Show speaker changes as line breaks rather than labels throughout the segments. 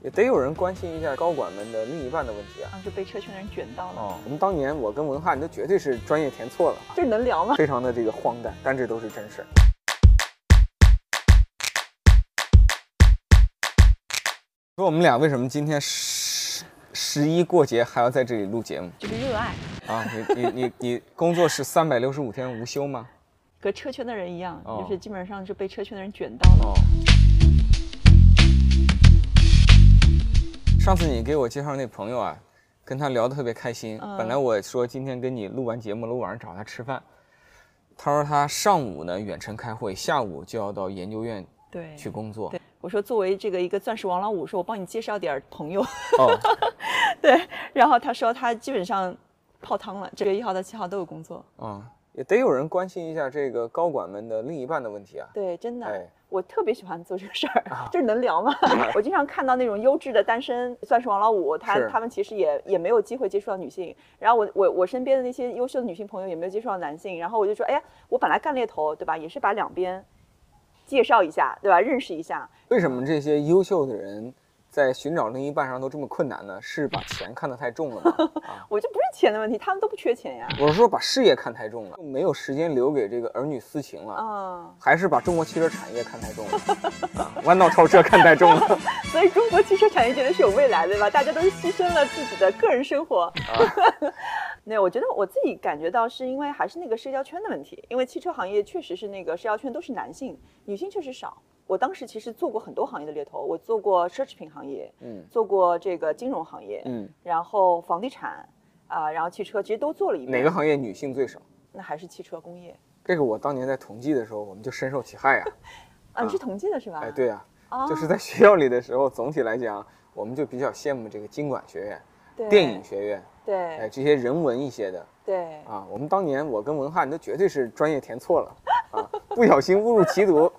也得有人关心一下高管们的另一半的问题啊。
然后就被车圈人卷到了，
我们当年我跟文翰都绝对是专业填错了，
这能聊吗？
非常的这个荒诞，但这都是真事儿。说我们俩为什么今天十十一过节还要在这里录节目
就是热爱，
啊？你你你你工作是三百六十五天无休吗？
和车圈的人一样，
哦
就是基本上就被车圈的人卷到了。
哦。上次你给我介绍那朋友啊，跟他聊得特别开心。
嗯
本来我说今天跟你录完节目了，我晚上找他吃饭。他说他上午呢远程开会，下午就要到研究院
对，
去工作。
对，我说作为这个一个钻石王老五，说我帮你介绍点儿朋友，
哦，
对，然后他说他基本上泡汤了，这个一号到七号都有工作。
嗯，也得有人关心一下这个高管们的另一半的问题啊。
对，真的，
哎
我特别喜欢做这个事儿，
啊
就是 能聊嘛。我经常看到那种优质的单身，算是王老五，他
是
他们其实也也没有机会接触到女性。然后我我我身边的那些优秀的女性朋友也没有接触到男性，然后我就说，哎呀，我本来干猎头，对吧？也是把两边介绍一下，对吧？认识一下，
为什么这些优秀的人在寻找另一半上都这么困难呢？是把钱看得太重了吗？啊，
我就不是钱的问题，他们都不缺钱呀。
我是说把事业看太重了，没有时间留给这个儿女私情了。
啊，
还是把中国汽车产业看太重了，啊，弯道超车看太重 了。
所以中国汽车产业真的是有未来的，对吧？大家都是牺牲了自己的个人生
啊
活，那我觉得我自己感觉到是因为还是那个社交圈的问题，因为汽车行业确实是那个社交圈都是男性，女性确实少。我当时其实做过很多行业的猎头，我做过奢侈品行业，
嗯
做过这个金融行业，
嗯，
然后房地产，啊、然后汽车，其实都做了一遍。
哪个？行业女性最少？
那还是汽车工业。
这个我当年在统计的时候，我们就深受其害呀、
啊，你是统计的是吧？
啊。哎，，对啊，
啊、
就是在学校里的时候，总体来讲，我们就比较羡慕这个经管学院、
对
电影，学院，哎，
对
这些人文一些的
对，
啊。我们当年我跟文翰都绝对是专业填错了啊，不小心误入歧途，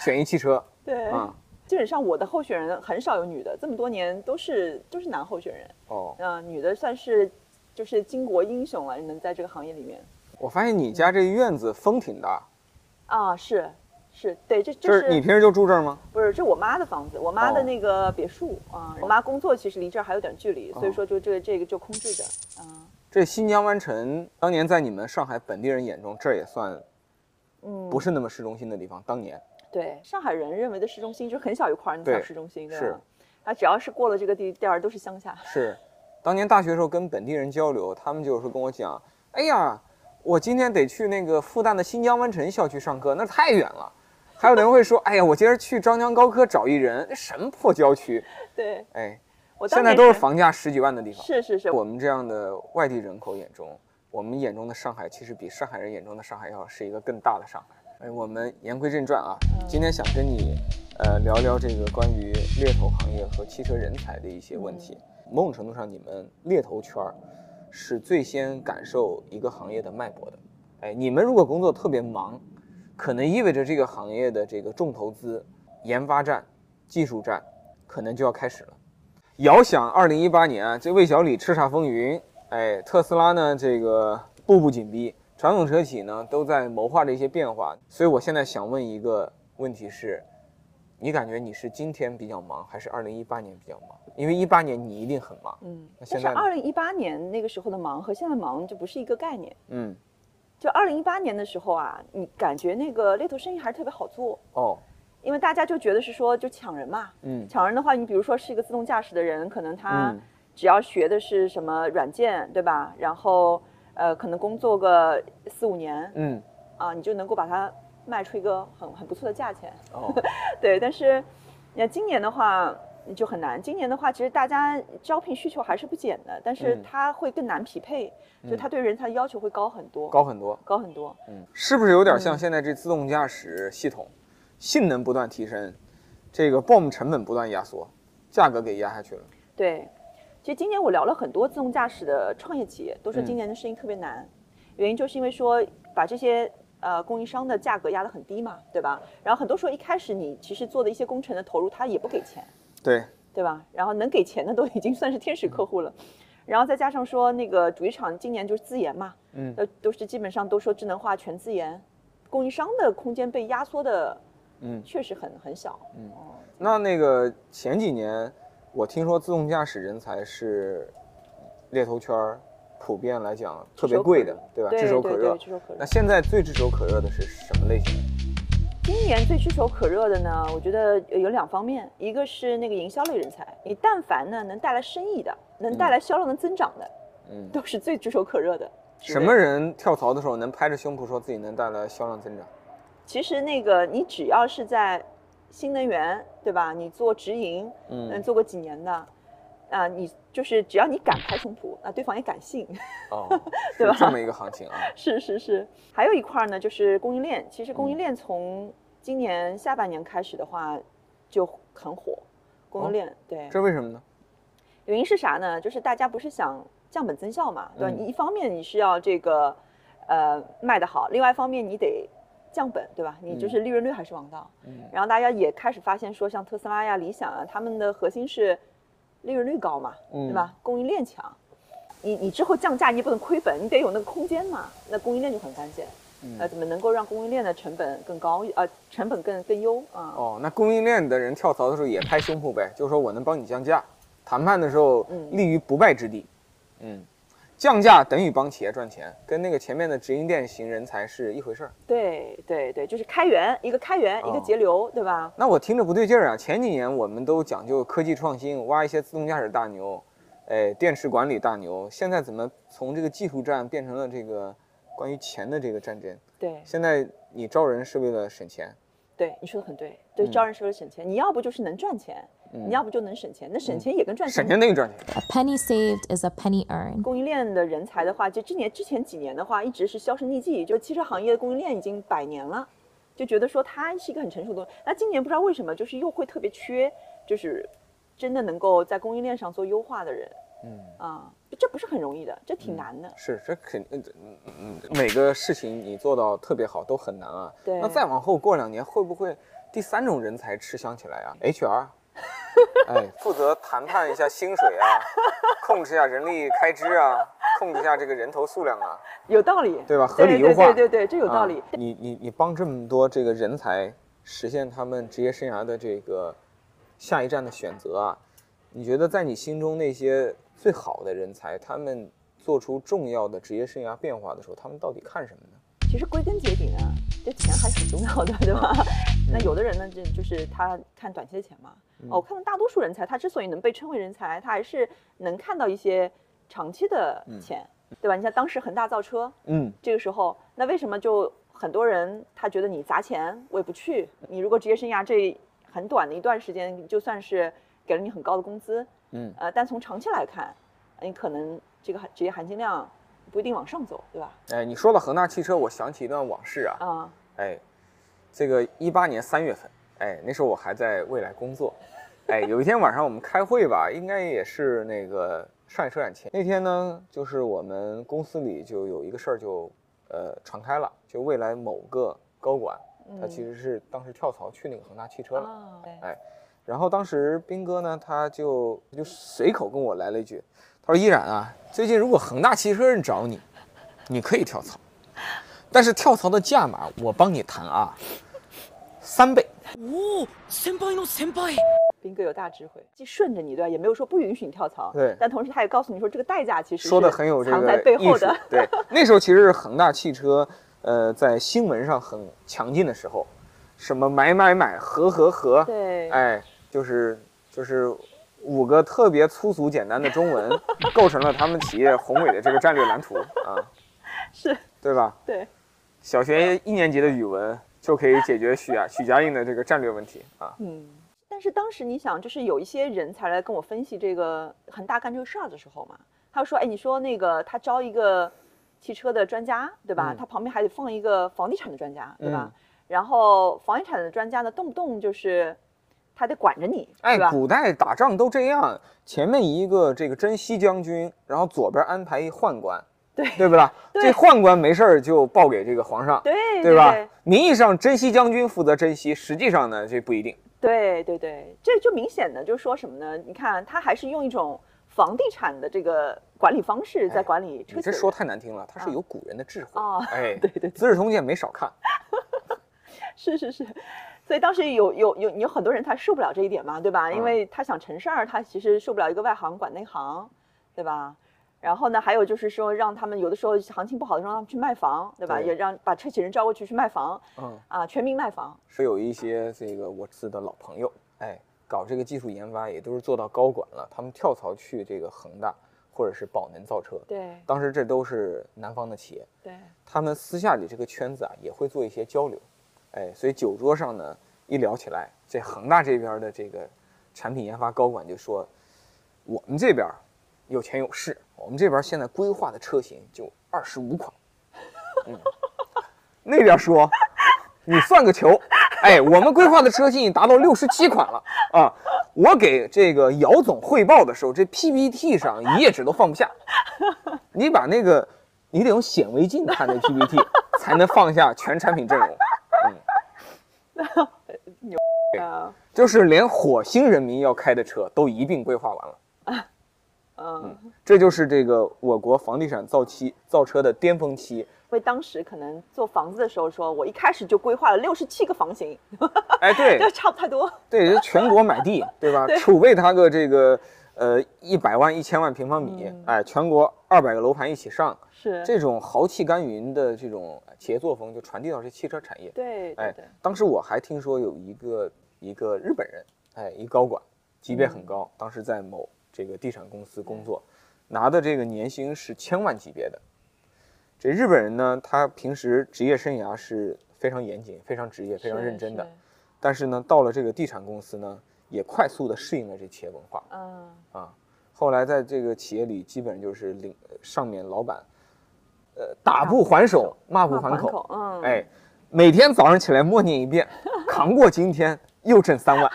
选一汽车
对
啊。
基本上我的候选人很少有女的，这么多年都是都是男候选人。
哦，
嗯、女的算是就是巾帼英雄了，能在这个行业里面
我发现你家这院子风挺大，
啊，是是，对，这
就
这
是
是
你平时就住这儿吗？
不是这我妈的房子，我妈
哦
的那个别墅啊、我妈工作其实离这儿还有点距离，所
哦
以说就这个这个就空置着，嗯
这新疆湾城当年在你们上海本地人眼中，这儿也算
嗯，
不是那么市中心的地方。当年
对，上海人认为的市中心就是很小一块儿，那
对
叫市中心，对
是
吧？啊，只要是过了这个地地儿都是乡下，
是，当年大学时候跟本地人交流，他们就是跟我讲，哎呀，我今天得去那个复旦的新疆湾城校区上课，那太远了。还有的人会说，哎呀，我今儿去张江高科找一人，那什么破郊区？
对
哎，
我当
现在
年
都是房价十几万的地方。
是是是，
我们这样的外地人口眼中，我们眼中的上海，其实比上海人眼中的上海要是一个更大的上海。哎，我们言归正传啊，今天想跟你，呃，聊聊这个关于猎头行业和汽车人才的一些问题。某种程度上，你们猎头圈儿是最先感受一个行业的脉搏的。哎，你们如果工作特别忙，可能意味着这个行业的这个重投资、研发战、技术战，可能就要开始了。遥想二零一八年啊，这魏小李叱咤风云，哎，特斯拉呢这个步步紧逼，传统车企呢都在谋划着一些变化。所以我现在想问一个问题是，你感觉你是今天比较忙，还是二零一八年比较忙？因为一八年你一定很忙，
嗯
那，现
但是
在呢
二零一八年那个时候的忙和现在忙就不是一个概念。
嗯，
就二零一八年的时候啊，你感觉那个猎头生意还是特别好做，
哦，
因为大家就觉得是说就抢人嘛，
嗯
抢人的话，你比如说是一个自动驾驶的人，可能他
嗯
只要学的是什么软件，对吧？然后呃，可能工作个四五年
嗯，
啊、你就能够把它卖出一个很很不错的价钱。
哦，
对，但是那今年的话就很难。今年的话，其实大家招聘需求还是不减的，但是
嗯
它会更难匹配，就它对人才的要求会高很多，
高很多。嗯
高很多。
是不是有点像现在这自动驾驶系统，性能不断提升，这个 BOM 成本不断压缩，价格给压下去了？
对，其实今年我聊了很多自动驾驶的创业企业，都说
嗯
今年的事情特别难，原因就是因为说把这些。呃，供应商的价格压得很低嘛，对吧？然后很多时候一开始你其实做的一些工程的投入，他也不给钱，
对，
对吧？然后能给钱的都已经算是天使客户
嗯
了， 然后再加上说那个主机厂今年就是自研嘛，
嗯
呃，都是基本上都说智能化全自研，供应商的空间被压缩的，
嗯
确实很很小，
那那个前几年我听说自动驾驶人才是猎头圈儿普遍来讲特别贵的，对吧？
对
炙手可
对
热
对，。炙手可热
那。现在最炙手可热的是什么类型？
今年最炙手可热的呢，我觉得呃有两方面，一个是那个营销类人才，你但凡呢能带来生意的，能带来销量的增长的，
嗯，
都是最炙手可热的。
什么？人跳槽的时候能拍着胸脯说自己能带来销量增长？
其实那个你只要是在新能源，对吧？你做直营，嗯，
嗯，
做过几年的，啊、你就是只要你敢拍胸脯，啊那对方也敢信。
哦，
对吧
是这么一个行情啊。
是是是，还有一块儿呢，就是供应链。其实供应
嗯
链从今年下半年开始的话，就很火。供
哦
应链、对，
这为什么呢？
原因是啥呢？就是大家不是想降本增效嘛，对吧？
嗯
你一方面你是要这个，呃，卖得好，另外一方面你得降本，对吧？你就
嗯
是利润率还是王道。
嗯
然后大家也开始发现说，像特斯拉呀、理想啊，他们的核心是利润率高嘛，
嗯
对吧？供应链强，你你之后降价你也不能亏本，你得有那个空间嘛。那供应链就很关键，呃，
嗯。
怎么能够让供应链的成本更高一，呃，成本更更优啊？
哦，那供应链的人跳槽的时候也拍胸脯呗，就是说我能帮你降价，谈判的时候
嗯
立于不败之地。嗯，降价等于帮企业赚钱，跟那个前面的直营店型人才是一回事儿。
对对对，就是开源，一个开源，一个
哦
节流，对吧？
那我听着不对劲儿啊！前几年我们都讲究科技创新，挖一些自动驾驶大牛，哎，电池管理大牛，现在怎么从这个技术战变成了这个关于钱的这个战争？
对
现在你招人是为了省钱，
对，你说的很对，对，
嗯
招人是为了省钱，你要不就是能赚钱，
嗯
你要不就能省钱，那省钱也跟赚钱
省钱等于赚钱。
A penny saved is a penny earned.
供应链的人才的话，就之前之前几年的话，一直是销声匿迹。就汽车行业的供应链已经百年了，就觉得说它是一个很成熟的东西。那今年不知道为什么，就是又会特别缺，就是真的能够在供应链上做优化的人
嗯，
啊，这不是很容易的，这挺难的。
是，这肯嗯嗯嗯每个事情你做到特别好都很难啊。
对
那再往后过两年，会不会第三种人才吃香起来啊？HR，哎，负责谈判一下薪水 啊，控制一下人力开支啊，控制一下这个人头数量啊，
有道理，
对吧？合理优化，
对对对对，这有
啊
道理。
你你你帮这么多这个人才实现他们职业生涯的这个下一站的选择啊，你觉得在你心中那些最好的人才，他们做出重要的职业生涯变化的时候，他们到底看什么呢？
其实归根结底呢，这钱还是很重要的，对吧？那有的人呢，就就是他看短期的钱嘛。哦，我看到大多数人才，他之所以能被称为人才，他还是能看到一些长期的钱，对吧？你像当时恒大造车，
嗯
这个时候，那为什么就很多人他觉得你砸钱我也不去？你如果职业生涯这很短的一段时间，就算是给了你很高的工资，
嗯
呃，但从长期来看，你可能这个职业含金量不一定往上走，对吧？
哎，你说到恒大汽车，我想起一段往事啊，
啊、
哎，这个一八年三月份，哎，那时候我还在未来工作，哎，有一天晚上我们开会吧，应该也是那个上海车展前那天呢，就是我们公司里就有一个事儿就呃传开了，就未来某个高管
嗯，
他其实是当时跳槽去那个恒大汽车了，
啊，对
哎然后当时斌哥呢，他就就随口跟我来了一句，他说：“依然啊，最近如果恒大汽车人找你，你可以跳槽，但是跳槽的价码我帮你谈啊，三倍。
おお先輩の先輩
斌哥有大智慧，既顺着你对吧，也没有说不允许你跳槽，
对
但同时他也告诉你说这个代价其”实
说的
是
很有这
藏在
个
背
艺
后
术
的。。
对，那时候其实是恒大汽车，呃，在新闻上很强劲的时候，什么买买买、和和和，
对，
哎，就是就是五个特别粗俗简单的中文，构成了他们企业宏伟的这个战略蓝图啊，
是，
对吧？
对，
小学一年级的语文就可以解决许啊许家印的这个战略问题啊。
嗯。但是当时你想，就是有一些人才来跟我分析这个恒大干这个事儿的时候嘛，他就说，哎，你说那个他招一个汽车的专家，对吧？
嗯
他旁边还得放一个房地产的专家，对吧？
嗯
然后房地产的专家呢，动不动就是他得管着你，
哎
对，吧？
古代打仗都这样，前面一个这个真西将军，然后左边安排一宦官，
对
对不啦？
对
这宦官没事儿就报给这个皇上，
对
吧？
对
名义上真西将军负责真西，实际上呢这不一定。
对对对，这就明显的就是说什么呢？你看，他还是用一种房地产的这个管理方式在管理车
哎你这
企的人。
说太难听了，他是
啊
有古人的智慧。
哦，
哎，
对对对
资治通鉴》没少看。
是是是，所以当时有有有有很多人他受不了这一点嘛，对
嗯
吧？因为他想成事儿，他其实受不了一个外行管内行，对吧？然后呢，还有就是说让他们有的时候行情不好的时候让他们去卖房，对吧？
对
也让把车企人招过去去卖房
嗯，
啊，全民卖房。
是有一些这个我自己的老朋友，哎，搞这个技术研发也都是做到高管了，他们跳槽去这个恒大或者是宝能造车，
对
当时这都是南方的企业，
对，
他们私下里这个圈子啊也会做一些交流，哎，所以酒桌上呢一聊起来，这恒大这边的这个产品研发高管就说，我们这边有钱有势，我们这边现在规划的车型就二十五款，嗯，那边说你算个球，哎，我们规划的车型已经达到六十七款了啊。我给这个姚总汇报的时候，这 PPT 上一页纸都放不下，你把那个，你得用显微镜看那 PPT，才能放下全产品阵容。嗯，
啊，
就是连火星人民要开的车都一并规划完了。
嗯，
这就是这个我国房地产造期造车的巅峰期。
因为当时可能做房子的时候说，我一开始就规划了六十七个房型，
哎， 对
就差不太多。
对，人全国买地，对吧？储备他个这个呃一百万一千万平方米，哎，全国二百个楼盘一起上，
是，
这种豪气干云的这种企业作风就传递到这汽车产业。
对对
哎
对，，
当时我还听说有一个一个日本人，哎，一高管，级别很高，当时在某这个地产公司工作，拿的这个年薪是千万级别的。这日本人呢，他平时职业生涯是非常严谨、非常职业、非常
是
认真的
是，
但是呢，到了这个地产公司呢，也快速的适应了这企业文化
嗯，
啊。后来在这个企业里，基本就是领上面老板，呃，打不还手，骂不还口，
口，嗯，
哎，每天早上起来默念一 遍，扛过今天又挣三 万，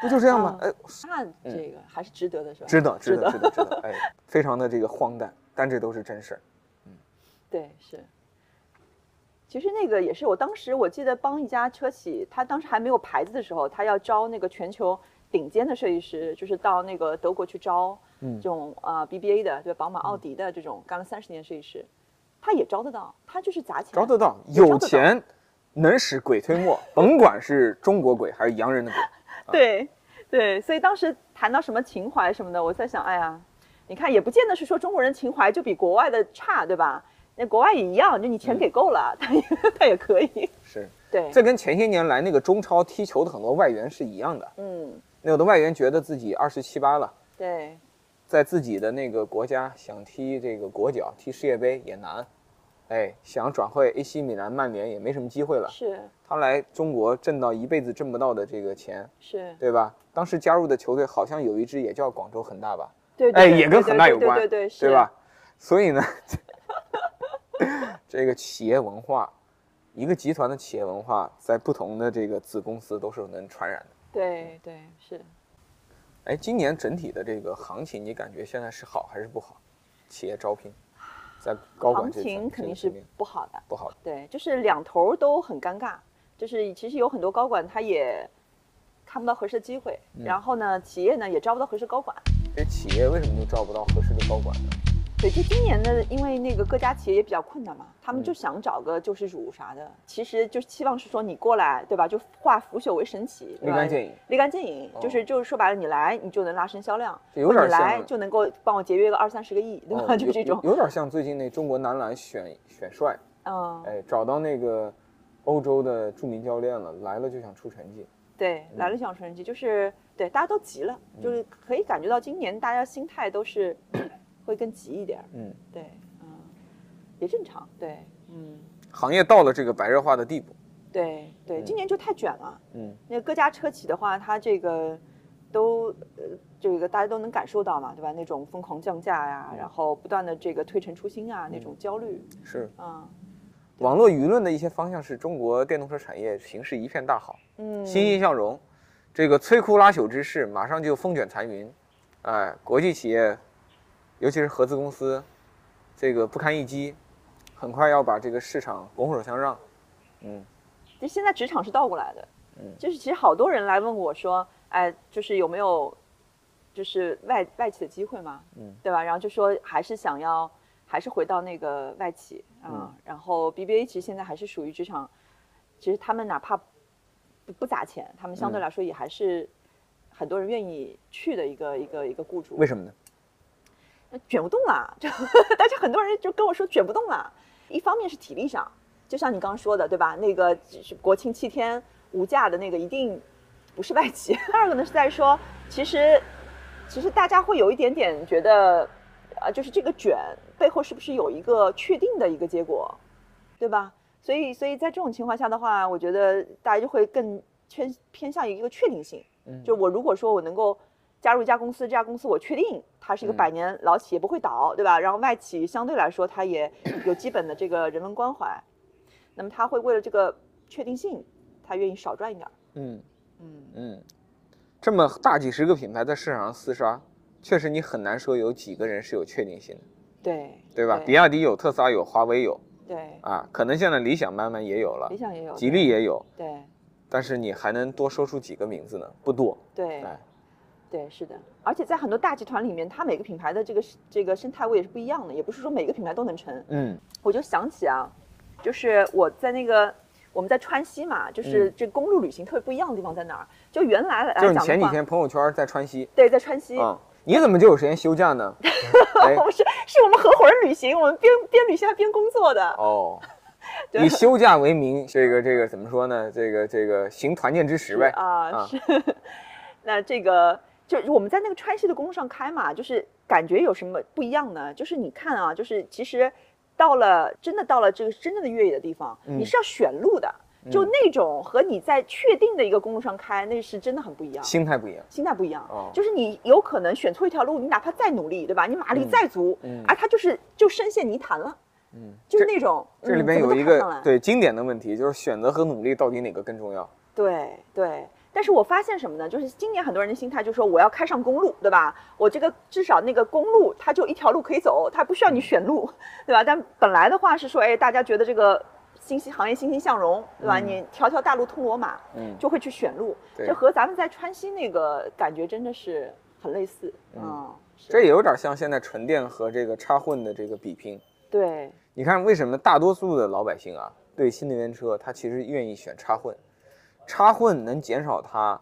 不就这样吗？哎，
那这个还是值得的，是吧？
值得，值得，值得，值得，哎，非常的这个荒诞，但这都是真事儿。
对，是。其实那个也是，我当时我记得帮一家车企，他当时还没有牌子的时候，他要招那个全球顶尖的设计师，就是到那个德国去招
嗯
这种啊、呃 BBA 的，对，宝马、奥迪的这种干了三十年设计师，他也招得到，他就是砸钱，
招得到，
也招
有
得到
钱能使鬼推 磨，甭管是中国鬼还是洋人的鬼。
对对，所以当时谈到什么情怀什么的，我在想，哎呀，你看也不见得是说中国人情怀就比国外的差，对吧？那国外也一样，就你
嗯
钱给够了， 他也他也可以。
是，
对，
这跟前些年来那个中超踢球的很多外援是一样的。
嗯，
那有的外援觉得自己二十七八了，
对，
在自己的那个国家想踢这个国脚、踢世界杯也难，哎，想转会 AC 米兰、曼联也没什么机会了。
是
他来中国挣到一辈子挣不到的这个钱，
是，
对吧？当时加入的球队好像有一支也叫广州恒大吧，
对，对
哎，
对
也跟
对
恒大
对
有关，
对对对，
对
是
吧？？所以呢， 这个企业文化，一个集团的企业文化，在不同的这个子公司都是能传染的。
对对是。
哎，今年整体的这个行情，你感觉现在是好还是不好？企业招聘，在高管
行
这
情
层
肯
这
定
个
是
层面
不好的，
不好的。
对，就是两头儿都很尴尬，就是其实有很多高管他也看不到合适的机会，
嗯
然后呢，企业呢也招不到合适高管，
这企业为什么就招不到合适的高管呢？
对，就今年呢，因为那个各家企业也比较困难嘛，他
嗯
们就想找个救世主啥的，其实就期望是说你过来，对吧？就化腐朽为神奇，对吧
立竿见影，
立竿见影，
哦
就是就是说白了，你来你就能拉升销量，
这有
或者
点
你
像
来就能够帮我节约个二三十个亿，对吧？
哦
就
有
这种，
有有点像最近那中国男篮选选帅，
嗯，
哎，找到那个欧洲的著名教练了，来了就想出成绩。
对，
嗯
来了想春季，就是对大家都急了，就是可以感觉到今年大家心态都是 会更急一点儿，
嗯，
对，嗯，也正常，对，嗯，
行业到了这个白热化的地步。
对对，今年就太卷了。
嗯，
那各家车企的话，它这个都呃，这个大家都能感受到嘛，对吧？那种疯狂降价呀、然后不断的这个推陈出新啊，那种焦虑
是。
啊，
网络舆论的一些方向是中国电动车产业形势一片大好，
嗯，
欣欣向荣，这个摧枯拉朽之势马上就风卷残云，哎，国际企业，尤其是合资公司，这个不堪一击，很快要把这个市场拱手相让。
就现在职场是倒过来的，
嗯
就是其实好多人来问我说，哎，就是有没有就是外外企的机会嘛，
嗯，
对吧？然后就说还是想要，还是回到那个外企啊、
嗯
然后 BBA 其实现在还是属于职场，其实他们哪怕不不砸钱，他们相
嗯
对来说也还是很多人愿意去的一个一个一个雇主。
为什么呢？
卷不动了，就但是很多人就跟我说卷不动了。一方面是体力上，就像你刚刚说的，对吧？那个是国庆七天无假的那个一定不是外企。 第二个呢是在说，其实其实大家会有一点点觉得，呃，就是这个卷背后是不是有一个确定的一个结果，对吧？所以所以在这种情况下的话，我觉得大家就会更偏偏向于一个确定性。
嗯
就我如果说我能够加入一家公司，这家公司我确定它是一个
嗯
百年老企业，不会倒，对吧？然后外企相对来说 它也有基本的这个人文关怀，那么他会为了这个确定性，他愿意少赚一点儿。
嗯
嗯，
嗯，这么大几十个品牌在市场上厮杀，确实你很难说有几个人是有确定性的，
对，
对吧？比
对，
亚迪有，特斯拉有，华为有
对
啊，可能现在理想慢慢也有了
理，想也有，
吉利也有，
对
但是你还能多说出几个名字呢？不多。
对
哎，
对，是的。而且在很多大集团里面，它每个品牌的这个这个生态位也是不一样的，也不是说每个品牌都能成。
嗯
我就想起啊，就是我在那个我们在川西嘛，就是
嗯
这公路旅行特别不一样的地方在哪儿？就原来来
就是
讲
你
的
前几
话
天朋友圈在川西，
对，在川西，
嗯，你怎么就有时间休假呢？哎，
我们是是我们合伙人旅行，我们边边旅行还边工作的。
哦，
对
以休假为名，这个这个怎么说呢？这个这个行团建之实呗。嗯
啊，是。 那这个就是我们在那个川西的公路上开嘛，就是感觉有什么不一样呢？就是你看啊，就是其实到了真的到了这个真正的越野的地方，你
嗯
是要选路的。就那种和你在确定的一个公路上开，那是真的很不一样，
心态不一样。
心态不一样。
哦
就是你有可能选错一条路，你哪怕再努力，对吧？你马力
嗯
再足，
嗯
啊，它就是就深陷泥潭了，
嗯，
就是那种
这里
嗯
边
怎么
有
都
一
看不
个
上来
对经典的问题，就是选择和努力到底哪个更重要？
对对，但是我发现什么呢？就是今年很多人的心态就是说，我要开上公路，对吧？我这个至少那个公路它就一条路可以走，它不需要你选路，
嗯
对吧？但本来的话是说，哎，大家觉得这个新兴行业欣欣向荣，对吧？
嗯
你条条大路通罗马，
嗯，
就会去选路，
对
这和咱们在川西那个感觉真的是很类似，
嗯
嗯，是
这也有点像现在纯电和这个插混的这个比拼。
对
你看，为什么大多数的老百姓啊，对新能源车他其实愿意选插混？插混能减少他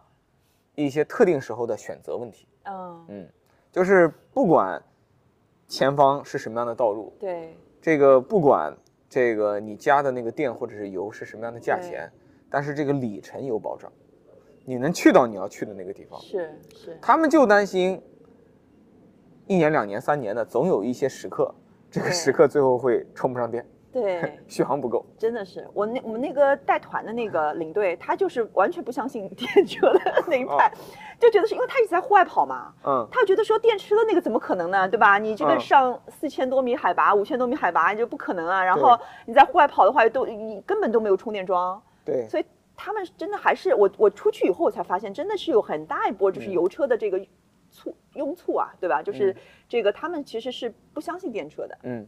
一些特定时候的选择问题。
嗯
嗯，就是不管前方是什么样的道路，
对
这个不管这个你加的那个电或者是油是什么样的价钱，但是这个里程有保障，你能去到你要去的那个地方。
是是，
他们就担心一年、两年、三年的，总有一些时刻，这个
对
时刻最后会充不上电，
对。
续航不够。
真的是我那我们那个带团的那个领队，他就是完全不相信电车的那一
哦
派， 就觉得是因为他一直在户外跑嘛，
嗯，
他觉得说电车的那个怎么可能呢，对吧？你这个
嗯
上四千多米海拔、五千多米海拔，你就不可能啊。然后你在户外跑的话，都你根本都没有充电桩，
对，
所以他们真的还是我我出去以后我才发现，真的是有很大一波就是
嗯
油车的这个促拥簇啊，对吧？就是
嗯
这个他们其实是不相信电车的。
嗯，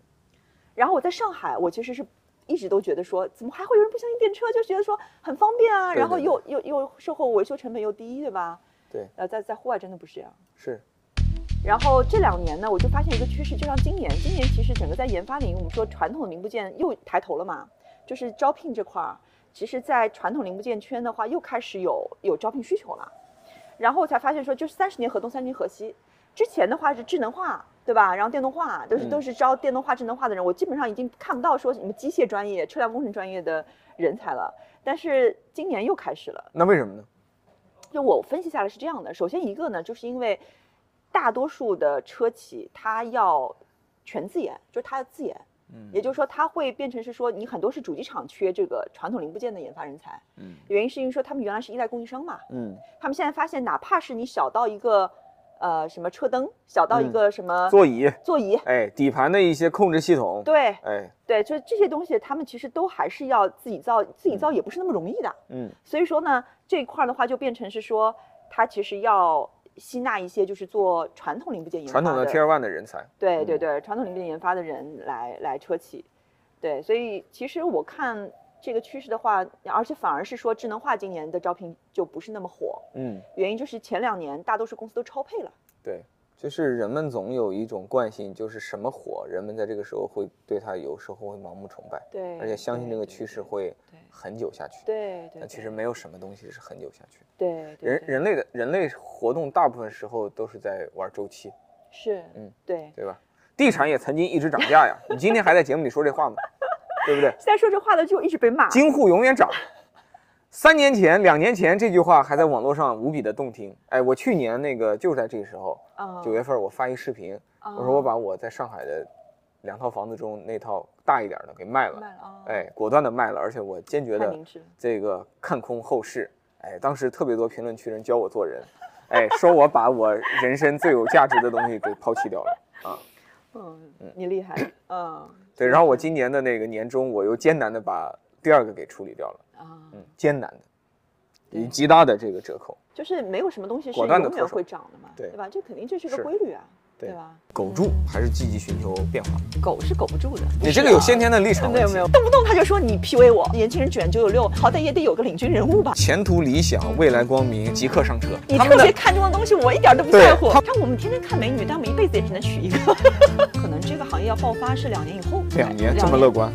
然后我在上海，我其实是一直都觉得说，怎么还会有人不相信电车？就觉得说很方便啊，
对
然后
对
又又又售后维修成本又低，对吧？
对，
呃，在在户外真的不是这样。
是，
然后这两年呢，我就发现一个趋势，就像今年，今年其实整个在研发领域，我们说传统的零部件又抬头了嘛，就是招聘这块儿，其实，在传统零部件圈的话，又开始有有招聘需求了。然后我才发现说，就是三十年河东，三十年河西。之前的话是智能化，对吧？然后电动化都是
嗯
都是招电动化、智能化的人，我基本上已经看不到说什么机械专业、车辆工程专业的人才了。但是今年又开始了，
那为什么呢？
就我分析下来是这样的：首先一个呢，就是因为大多数的车企它要全自研，就是它的自研，
嗯
也就是说它会变成是说你很多是主机厂缺这个传统零部件的研发人才，
嗯
原因是因为说他们原来是依赖供应商嘛，
嗯，
他们现在发现哪怕是你小到一个呃什么车灯，小到一
嗯
个什么
座椅，
座椅，
哎，底盘的一些控制系统，，
对
哎，
对，就是这些东西他们其实都还是要自己造，自己造也不是那么容易的。
嗯
所以说呢，这一块儿的话就变成是说，它其实要吸纳一些就是做传统零部件研发
传统的 Tier One 的人才，
对对
嗯
对，传统零部件研发的人来来车企，对，所以其实我看这个趋势的话，而且反而是说智能化今年的招聘就不是那么火，
嗯，
原因就是前两年大多数公司都超配了，
对，就是人们总有一种惯性，就是什么火，人们在这个时候会对它有时候会盲目崇拜，
对，
而且相信这个
对
趋势，会
对
很久下去。
对对对，
但其实没有什么东西是很久下去的。
对对
人
对
人类的人类活动大部分时候都是在玩周期，
是，
嗯
嗯，对。
对吧？地产也曾经一直涨价呀，你今天还在节目里说这话吗？ 对不对？
现在说这话的就一直被骂，
京沪永远涨。三年前、两年前这句话还在网络上无比的动听。哎，我去年那个就是在这个时候，
啊
九月份我发一视频，
啊
我说我把我在上海的两套房子中那套大一点的给卖了，
卖了啊，
哎，果断的卖了，而且我坚决
太
的
明智了，
这个看空后市。哎，当时特别多评论区人教我做人，哎，说我把我人生最有价值的东西给抛弃掉了啊。
嗯，你厉害，嗯
对，然后我今年的那个年终，我又艰难的把第二个给处理掉了，
啊，
嗯，艰难的，以
对
极大的这个折扣，
就是没有什么东西是
果断地
永远
脱手
会涨的嘛，
对
吧？这肯定这是个
是
规律啊，
对
吧？
苟住还是积极寻求变化。
狗是苟不住的，
你这个有先天的立场
真
问题
的有啊嗯没有？动不动他就说你 PUA 我，年轻人卷九九六，好歹也得有个领军人物吧。
前途理想，未来光明，即刻上车。
你
他
特
们的
别看重的东西，我一点都不
对
在乎
他。
看我们天天看美女，但我们一辈子也只能娶一个。 可能这个行业要爆发是两年以后，
两年这么乐观。